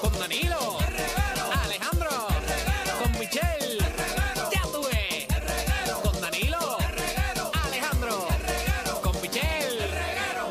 con Danilo, Alejandro, con Michelle, ya tuve, con Danilo, Alejandro, con Michelle,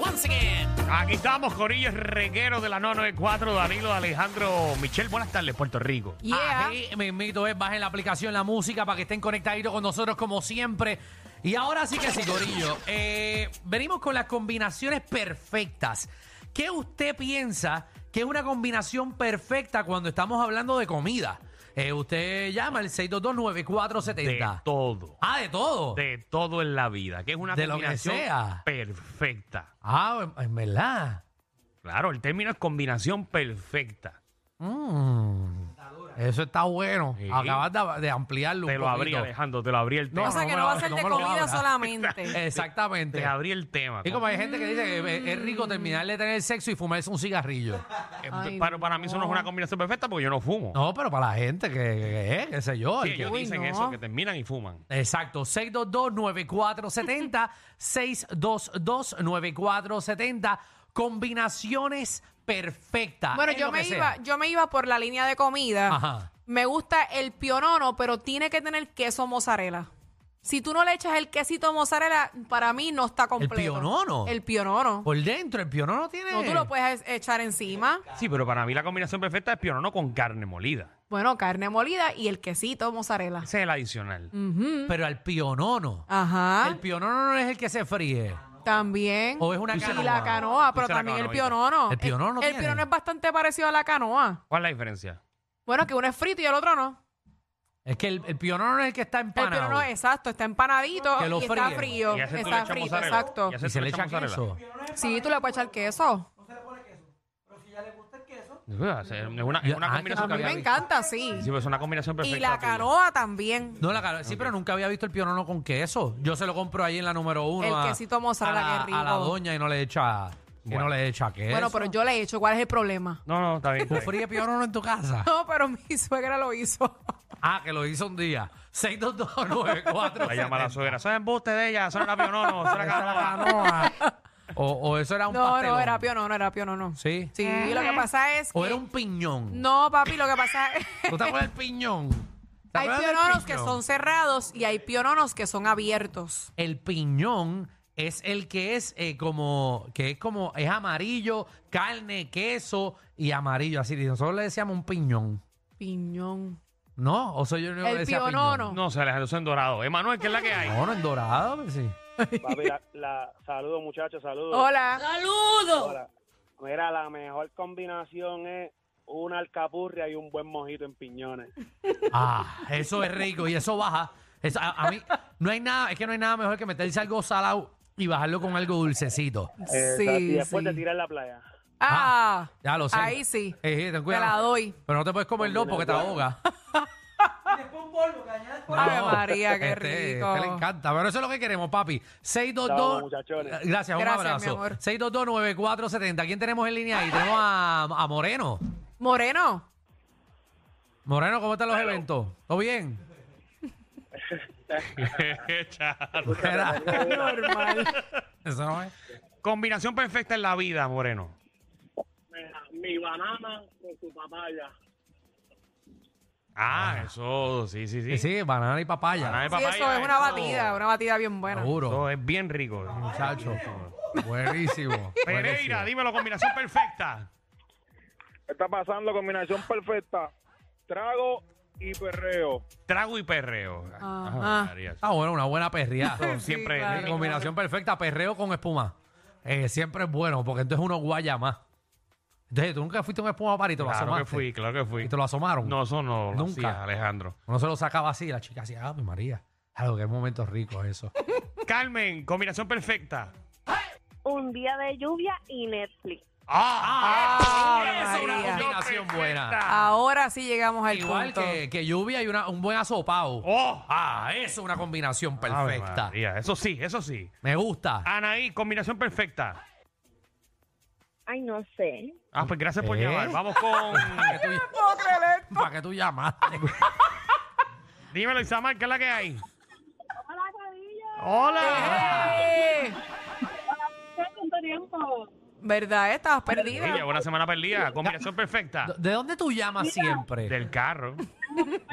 once again. Aquí estamos, Corillo, el reguero de la 994, Danilo, Alejandro, Michelle. Buenas tardes, Puerto Rico. Yeah. Así me invito es, bajen la aplicación La Música para que estén conectaditos con nosotros como siempre. Y ahora sí que sí, Corillo. Eh, venimos con las combinaciones perfectas. ¿Qué usted piensa que es una combinación perfecta cuando estamos hablando de comida? Eh, usted llama al De 6229470. todo. Ah, de todo. De todo en la vida, que es una De lo que combinación sea. perfecta. Ah, en- en verdad. Claro, el término es combinación perfecta. Mm. Eso está bueno. Sí. Acabas de, de ampliarlo. un te lo poquito. abrí, Alejandro, te lo abrí el tema. No, O sea no que me no va lo- a ser no de me lo comida abra. solamente. Exactamente. Te abrí el tema. Y como hay gente que dice que es- es rico terminar de tener sexo y fumarse un cigarrillo. Eh, Ay, para, para mí eso no es una combinación perfecta porque yo no fumo. No, pero para la gente que, que, que es, qué sé yo. Sí, el que- ellos Uy, dicen no. eso, que terminan y fuman. Exacto, 622-9470, 622-9470, combinaciones perfectas. Bueno, Ah, es yo lo me, que iba, sea. yo me iba por la línea de comida. Ajá. Me gusta el pionono, pero tiene que tener queso mozzarella. Si tú no le echas el quesito mozzarella, para mí no está completo. pionono? El pionono. Por dentro, el pionono no tiene... No, tú lo puedes e- echar encima. Sí, pero para mí la combinación perfecta es pionono con carne molida. Bueno, carne molida y el quesito mozzarella. Ese es el adicional. Mm. Pero al pionono. Ah. Ajá. El pionono no es el que se fríe. También. O es una y canoa. la canoa, pero Dice la también el canoita. pionono. El pionono El, el tiene. pionono es bastante parecido a la canoa. ¿Cuál es la diferencia? Bueno, que uno es frito y el otro no. Es que el, el pionono no es el que está El empanado. pionono, exacto, está empanadito Que lo y está fríen. frío. Y a ese tú le Está echas frito, mozzarella. exacto. Y a ese Y se tú le echa echas mozzarella. queso. Sí, tú le puedes echar queso. Es una, es Yo- una ah, que combinación no A mí que me había visto. encanta, sí. Sí, pues es una combinación perfecta. Y la tuya. canoa también. No, la cara- sí, pero nunca había visto el pionono con queso. Yo se lo compro ahí en la número uno. El a- quesito mozzarella, a la, qué rico. a la doña y no le echa, y Bueno. no le echa queso. Bueno, pero yo le he hecho. ¿Cuál es el problema? No, no, está bien. ¿Tú está bien. fríes pionono en tu casa? No, pero mi suegra lo hizo. Ah, que lo hizo un día. 62294. La llama a la suegra. ¿Saben embuste de ella? ¿Son la pionono? ¿Son la canoa? o, o eso era un No, pastelón. no, era pionono, no era pionono. Sí. Sí, Ah. lo que pasa es que... O era un piñón. No, papi, lo que pasa es... ¿Tú te acuerdas del piñón? ¿Te Hay acuerdas del piononos que piñón? son cerrados y hay piononos que son abiertos. El piñón es el que es eh, como, que es como, es amarillo, carne, queso y amarillo. Así, y nosotros le decíamos un piñón. Piñón. ¿No? ¿O soy yo el único que El decía pionono. piñón? No, se Alejandro, son dorado. Emanuel, ¿qué es la que hay? No, no, en dorado, pues sí. Papi, la, la, saludos muchachos, saludos. Hola. Hola. Mira, la mejor combinación es una alcapurria y un buen mojito en piñones. Ah, eso es rico y eso baja. Eso- a, a mí no hay nada, es que no hay nada mejor que meterse algo salado y bajarlo con algo dulcecito. Exacto, y Sí, después te sí. tirar en la playa. Ah, Ya lo sé. Ahí sí. Eh, eh, ten Te cuidado. la doy. Pero no te puedes comer dos porque te ahoga. Ave No, María, qué este- rico. este le encanta. Pero eso es lo que queremos, papi. 622. Vamos, muchachones. Gracias, un Gracias, abrazo. mi amor. 6229470. ¿Quién tenemos en línea ahí? Tenemos a, a Moreno. Moreno. Moreno, ¿cómo están los eventos? ¿Todo bien? Charro. Era- Normal. Eso no es. combinación perfecta en la vida, Moreno. Mi banana con su papaya. Ah, eso, sí, sí, sí. Sí, sí, banana y papaya. Banana y Sí, papaya, eso es una batida, una batida bien buena. Seguro. Eso es bien rico. Muchacho. Ah, Buenísimo. Pereira, buenísimo. dímelo, combinación perfecta. Está pasando combinación perfecta. Trago y perreo. Trago y perreo. Ajá. María. Ah, bueno, una buena perreada. Son siempre claro. ricos. Combinación perfecta, perreo con espuma. Eh, siempre es bueno, porque entonces uno guaya más. Entonces, tú nunca fuiste a un espuma par y te lo Claro que asomaste. fui, claro que fui. Y te lo asomaron. No, eso no lo Nunca. hacía, Alejandro. Uno se lo sacaba así y la chica hacía, ah, mi María. Claro, qué momento rico eso. Carmen, combinación perfecta. Un día de lluvia y Netflix. ¡Ah! ¡Ah! Eso, una María. combinación perfecta. buena. Ahora sí llegamos al Igual punto. que, que lluvia y una- un buen asopado. ¡Oh! Ah, eso es una combinación perfecta. Ave María, Eso sí, eso sí. Me gusta. Anaí, combinación perfecta. Ay, no sé. Ah, pues gracias por ¿Eh? llamar. Vamos con. ¿Para qué tú, ¿Para qué tú llamaste? Dímelo, Isamar, ¿qué es la que hay? ¡Hola! ¡Eh! ¿Cuánto tiempo? ¿Verdad? Estabas Oye, perdida. buena semana perdida. Combinación perfecta. ¿De dónde tú llamas siempre? Del carro.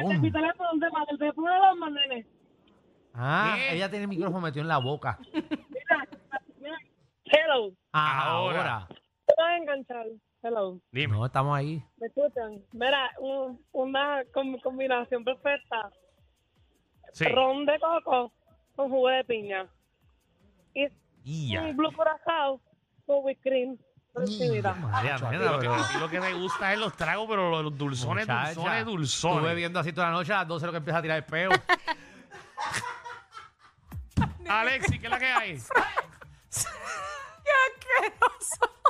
Um. teléfono se mata, el teléfono de los manenes. Ah, ¿Qué? ella tiene el micrófono metido en la boca. Hello. Ahora. Te vas a enganchar. Hello. Dime. No, estamos ahí. ¿Me escuchan? Mira, un- una com- combinación perfecta. Sí. Ron de coco con jugo de piña. Y un blue curazao con whipped cream. Recibida. María, nena, Lo que, pero- a ti lo que me gusta es los tragos, pero los- los dulzones, Muchacha, dulzones, Estuve dulzones. bebiendo así toda la noche, a las 12 lo que empieza a tirar el peo. Alexi, ¿qué es la que hay?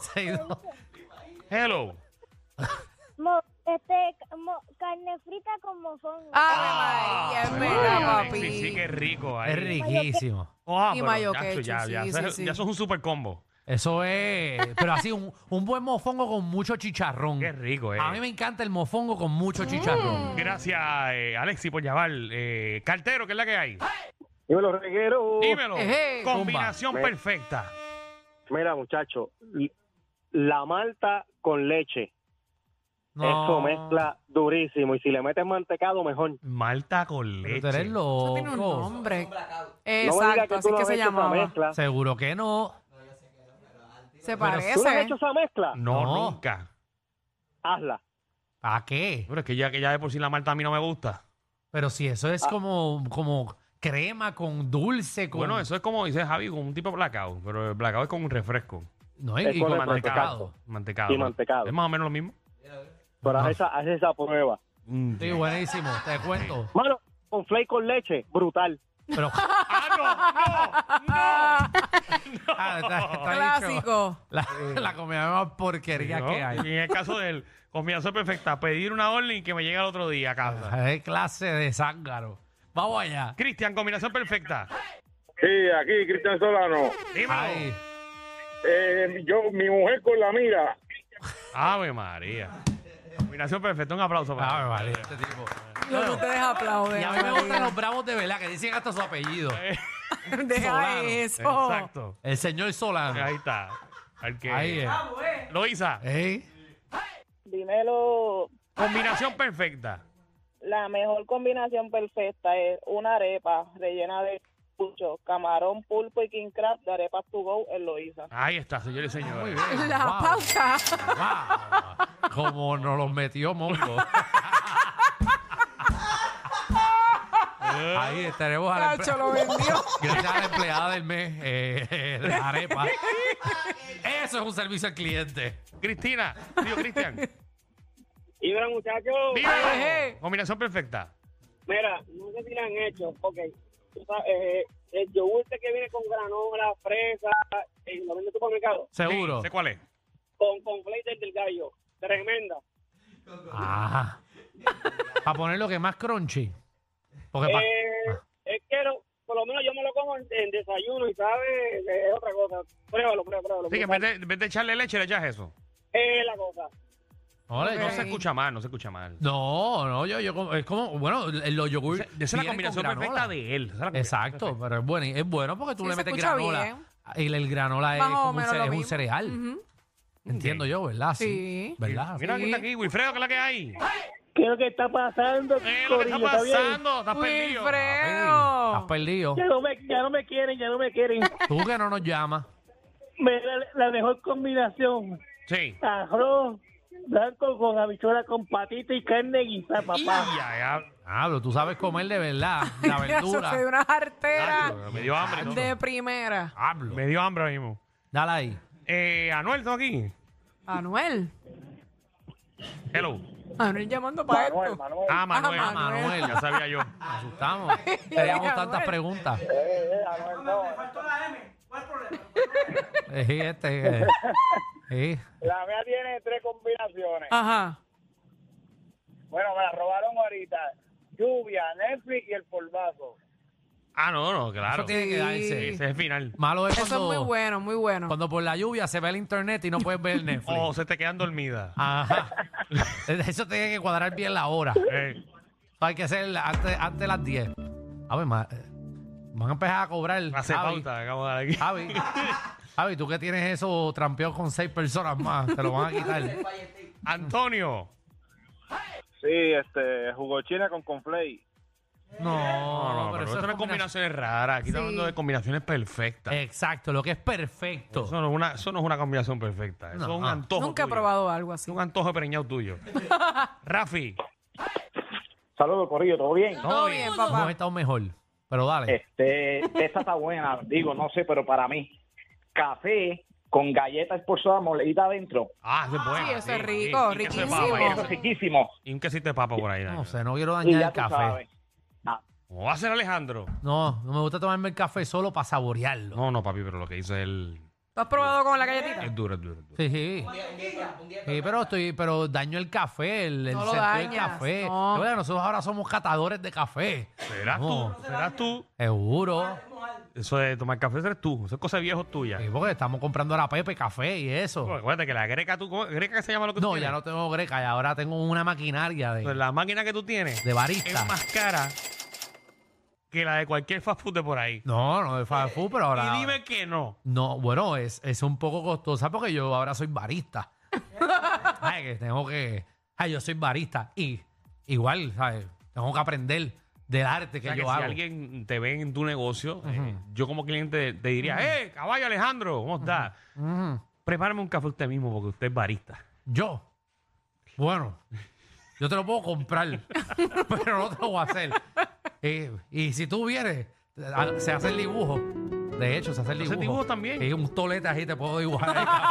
Sí, no. Hello. Mo- este, mo- carne frita con mofongo. Ah. ¡Ave María! Es verdad, Alexi, papi. sí, qué rico. ahí. es riquísimo. Ah, Y pero, mayo chacho, ketchup, ya, ya, sí, eso- sí, sí. ya eso es un super combo. Eso es. Pero así, un, un buen mofongo con mucho chicharrón. Qué rico, eh. Mm. A mí me encanta el mofongo con mucho chicharrón. Gracias, eh, Alexi, por llamar. Eh, cartero, ¿qué es la que hay? Dímelo, reguero. Dímelo. Ejé. Combinación Zumba. perfecta. Mira, muchacho, l- la malta con leche. No. Eso mezcla durísimo. Y si le metes mantecado, mejor. Malta con Pero leche. tú eres Eso tiene un loco. nombre. no me digas Exacto, que así tú no que has se hecho esa llamaba. mezcla. Seguro que no. Se ¿Tú no has parece. hecho esa mezcla? No, No. nunca. Hazla. ¿Para qué? Pero es que ya, que ya de por sí la malta a mí no me gusta. Pero si eso Ah. es como, como crema con dulce, con. Bueno, eso es como dice Javi, con un tipo de blackout. Pero el blackout es con un refresco. No, y, es y con con el mantecado. Mantecado. Y mantecado. Es más o menos lo mismo. Pero No. haz, esa, haz esa prueba. Sí, buenísimo, te cuento. Mano, con flake con leche, brutal. Pero. ¡Ah, Ah, está- está dicho. Clásico. La, la comida más porquería no, no! que No, hay. Y en el caso de él, combinación perfecta, pedir una orden y que me llegue al otro día a casa. Es clase de zángaro. Vamos allá. Cristian, combinación perfecta. Sí, aquí Cristian Solano. Dímelo. Ay, Eh, yo, mi mujer con la mira. Ave María. Combinación perfecta. Un aplauso para ave él. María, este tipo. Lo que ustedes aplauden. Y a mí me María. gustan los bravos de verdad, que dicen hasta su apellido. Eh. Deja Solano. eso. Exacto. El señor Solano. Ahí está. Al que... Ahí es. Loisa, ¿Eh? Dímelo, combinación perfecta. la mejor combinación perfecta es una arepa rellena de pucho, camarón, pulpo y king crab de arepas to go en Loiza. Ahí está, señores y señores. La Wow. pausa. Wow. Como nos los metió Mongo. Ahí estaremos a la Cacho, lo vendió. Gracias a la empleada del mes, eh, eh, la arepa. Eso es un servicio al cliente. Cristina, tío Cristian. Mira, muchacho. Ejé. Dímelo. Combinación perfecta. Mira, no sé si la han hecho. Ok. Tú sabes, eh, el yogur este que viene con granola, fresa, en lo venden en el supermercado, Seguro. Sí, ¿Sé cuál es? con, con flake del gallo. Tremenda. Ajá. Para Ah. poner lo que más crunchy. Porque pa- Eh, es que no- por lo menos yo me lo como en, en desayuno y sabe, eh, es otra cosa. Pruébalo, pruébalo, pruébalo. Sí, que en vez de, en vez de echarle leche, le echas eso. Es la cosa. no, le- No no, se escucha mal, no se escucha mal. no, no, yo, yo como- es como, bueno, el- los yogures. Esa es la combinación perfecta de él. Esa es la combinación Exacto, perfecta. pero es bueno, es bueno porque tú Sí, le se metes escucha granola. bien. Y el, el granola es, Más o como un, menos cere- lo es un mismo. cereal. Entiendo yo, ¿verdad? Sí. ¿Verdad? Mira Sí. que está aquí, Wilfredo, que es la que hay. ¿Qué es lo que está pasando? ¿Qué es lo que está corillo? ¿Está bien? pasando? Estás perdido. Wilfredo. Estás perdido. Ya no, me, ya no me quieren, ya no me quieren. Tú que no nos llamas. Mira, la mejor combinación. Sí. Arroz, blanco con habichuela con patita y carne guisada, papá. Ya, ya. Ah, pero tú sabes comer de verdad. La Eso soy verdura. una artera Diablo, Me dio hambre. ¿no? de primera. Hablo. Me dio hambre ahora mismo. Dale ahí. Eh, Anuel, ¿estás aquí? Anuel. Hello. Anuel llamando para esto. Manuel. Ah, Manuel. Ah, Manuel. Ya sabía yo. Asustamos. Teníamos tantas Manuel. preguntas. Manuel, no. Sí, este. eh, sí. La mía tiene tres combinaciones. Ajá. Bueno, me la robaron ahorita. Lluvia, Netflix y el polvazo. Ah, no, no, claro. Eso tiene que darse. Ese es el final. Malo es Eso cuando, es muy bueno, muy bueno. cuando por la lluvia se ve el internet y no puedes ver Netflix. O se te quedan dormidas. Ajá. Eso tiene que cuadrar bien la hora. Eh, Hay que ser antes, antes de las 10. A ver, ma- eh, van a empezar a cobrar. hace Javi. pauta, acabo de dar aquí. Javi, Javi, tú que tienes eso trampeado con seis personas más, te lo van a quitar. Antonio. Sí, este, jugo china con conflay. No, No, no, pero, eso esto no es combinaciones raras. Aquí estamos hablando de combinaciones perfectas. Exacto, lo que es perfecto. Eso no es una, eso no es una combinación perfecta. Eso No. es un antojo. Nunca he tuyo. probado algo así. Un antojo preñado tuyo. Rafi. Saludos, Corrillo, ¿todo bien? Todo bien, papá. Eh. Hemos estado mejor. Pero dale. Este, esta está buena, digo, no sé, pero para mí, café con galletas por su moledita adentro. Ah, ese es bueno. Sí, eso es rico, riquísimo. Eso es riquísimo. Y un quesito de papa por ahí. No Daniel. sé, no quiero Y dañar ya el tú café. sabes. Ah, ¿Cómo va a ser Alejandro? No, no me gusta tomarme el café solo para saborearlo. No, no, papi, pero lo que hizo él ¿Tú has probado con la galletita? es duro, es duro. es duro. Sí, sí. Sí, pero estoy, pero daño el café, el, el No lo sentido del dañas, café. no. De verdad, nosotros ahora somos catadores de café. Serás No. tú, serás tú. Seguro. Eso de tomar café, eso eres tú. Eso es cosa de viejos tuyas. Sí, porque estamos comprando ahora Pepe café y Porque eso. Acuérdate que la greca, tú, ¿cómo- ¿greca que se llama lo que tú No, tienes? ya no tengo greca, ya ahora tengo una maquinaria Entonces, de, la máquina que tú tienes de barista. es más cara que la de cualquier fast food de por ahí. No, no de fast food, pero ahora. Y dime que no. No, bueno, es, es un poco costosa porque yo ahora soy barista. Ay, que tengo que. Ay, yo soy barista. Y igual, ¿sabes? Tengo que aprender del arte O que sea, que yo si hago. alguien te ve en tu negocio, eh, yo como cliente te diría, ¡eh, caballo Alejandro! ¿Cómo está? Ujú. Prepárame un café usted mismo porque usted es barista. Yo. Bueno, yo te lo puedo comprar, pero no te lo voy a hacer. Eh, y si tú vienes, a- se hace el dibujo. De hecho, se hace el ¿Se dibujo. hace dibujo también? Y un tolete ahí te puedo dibujar. el café.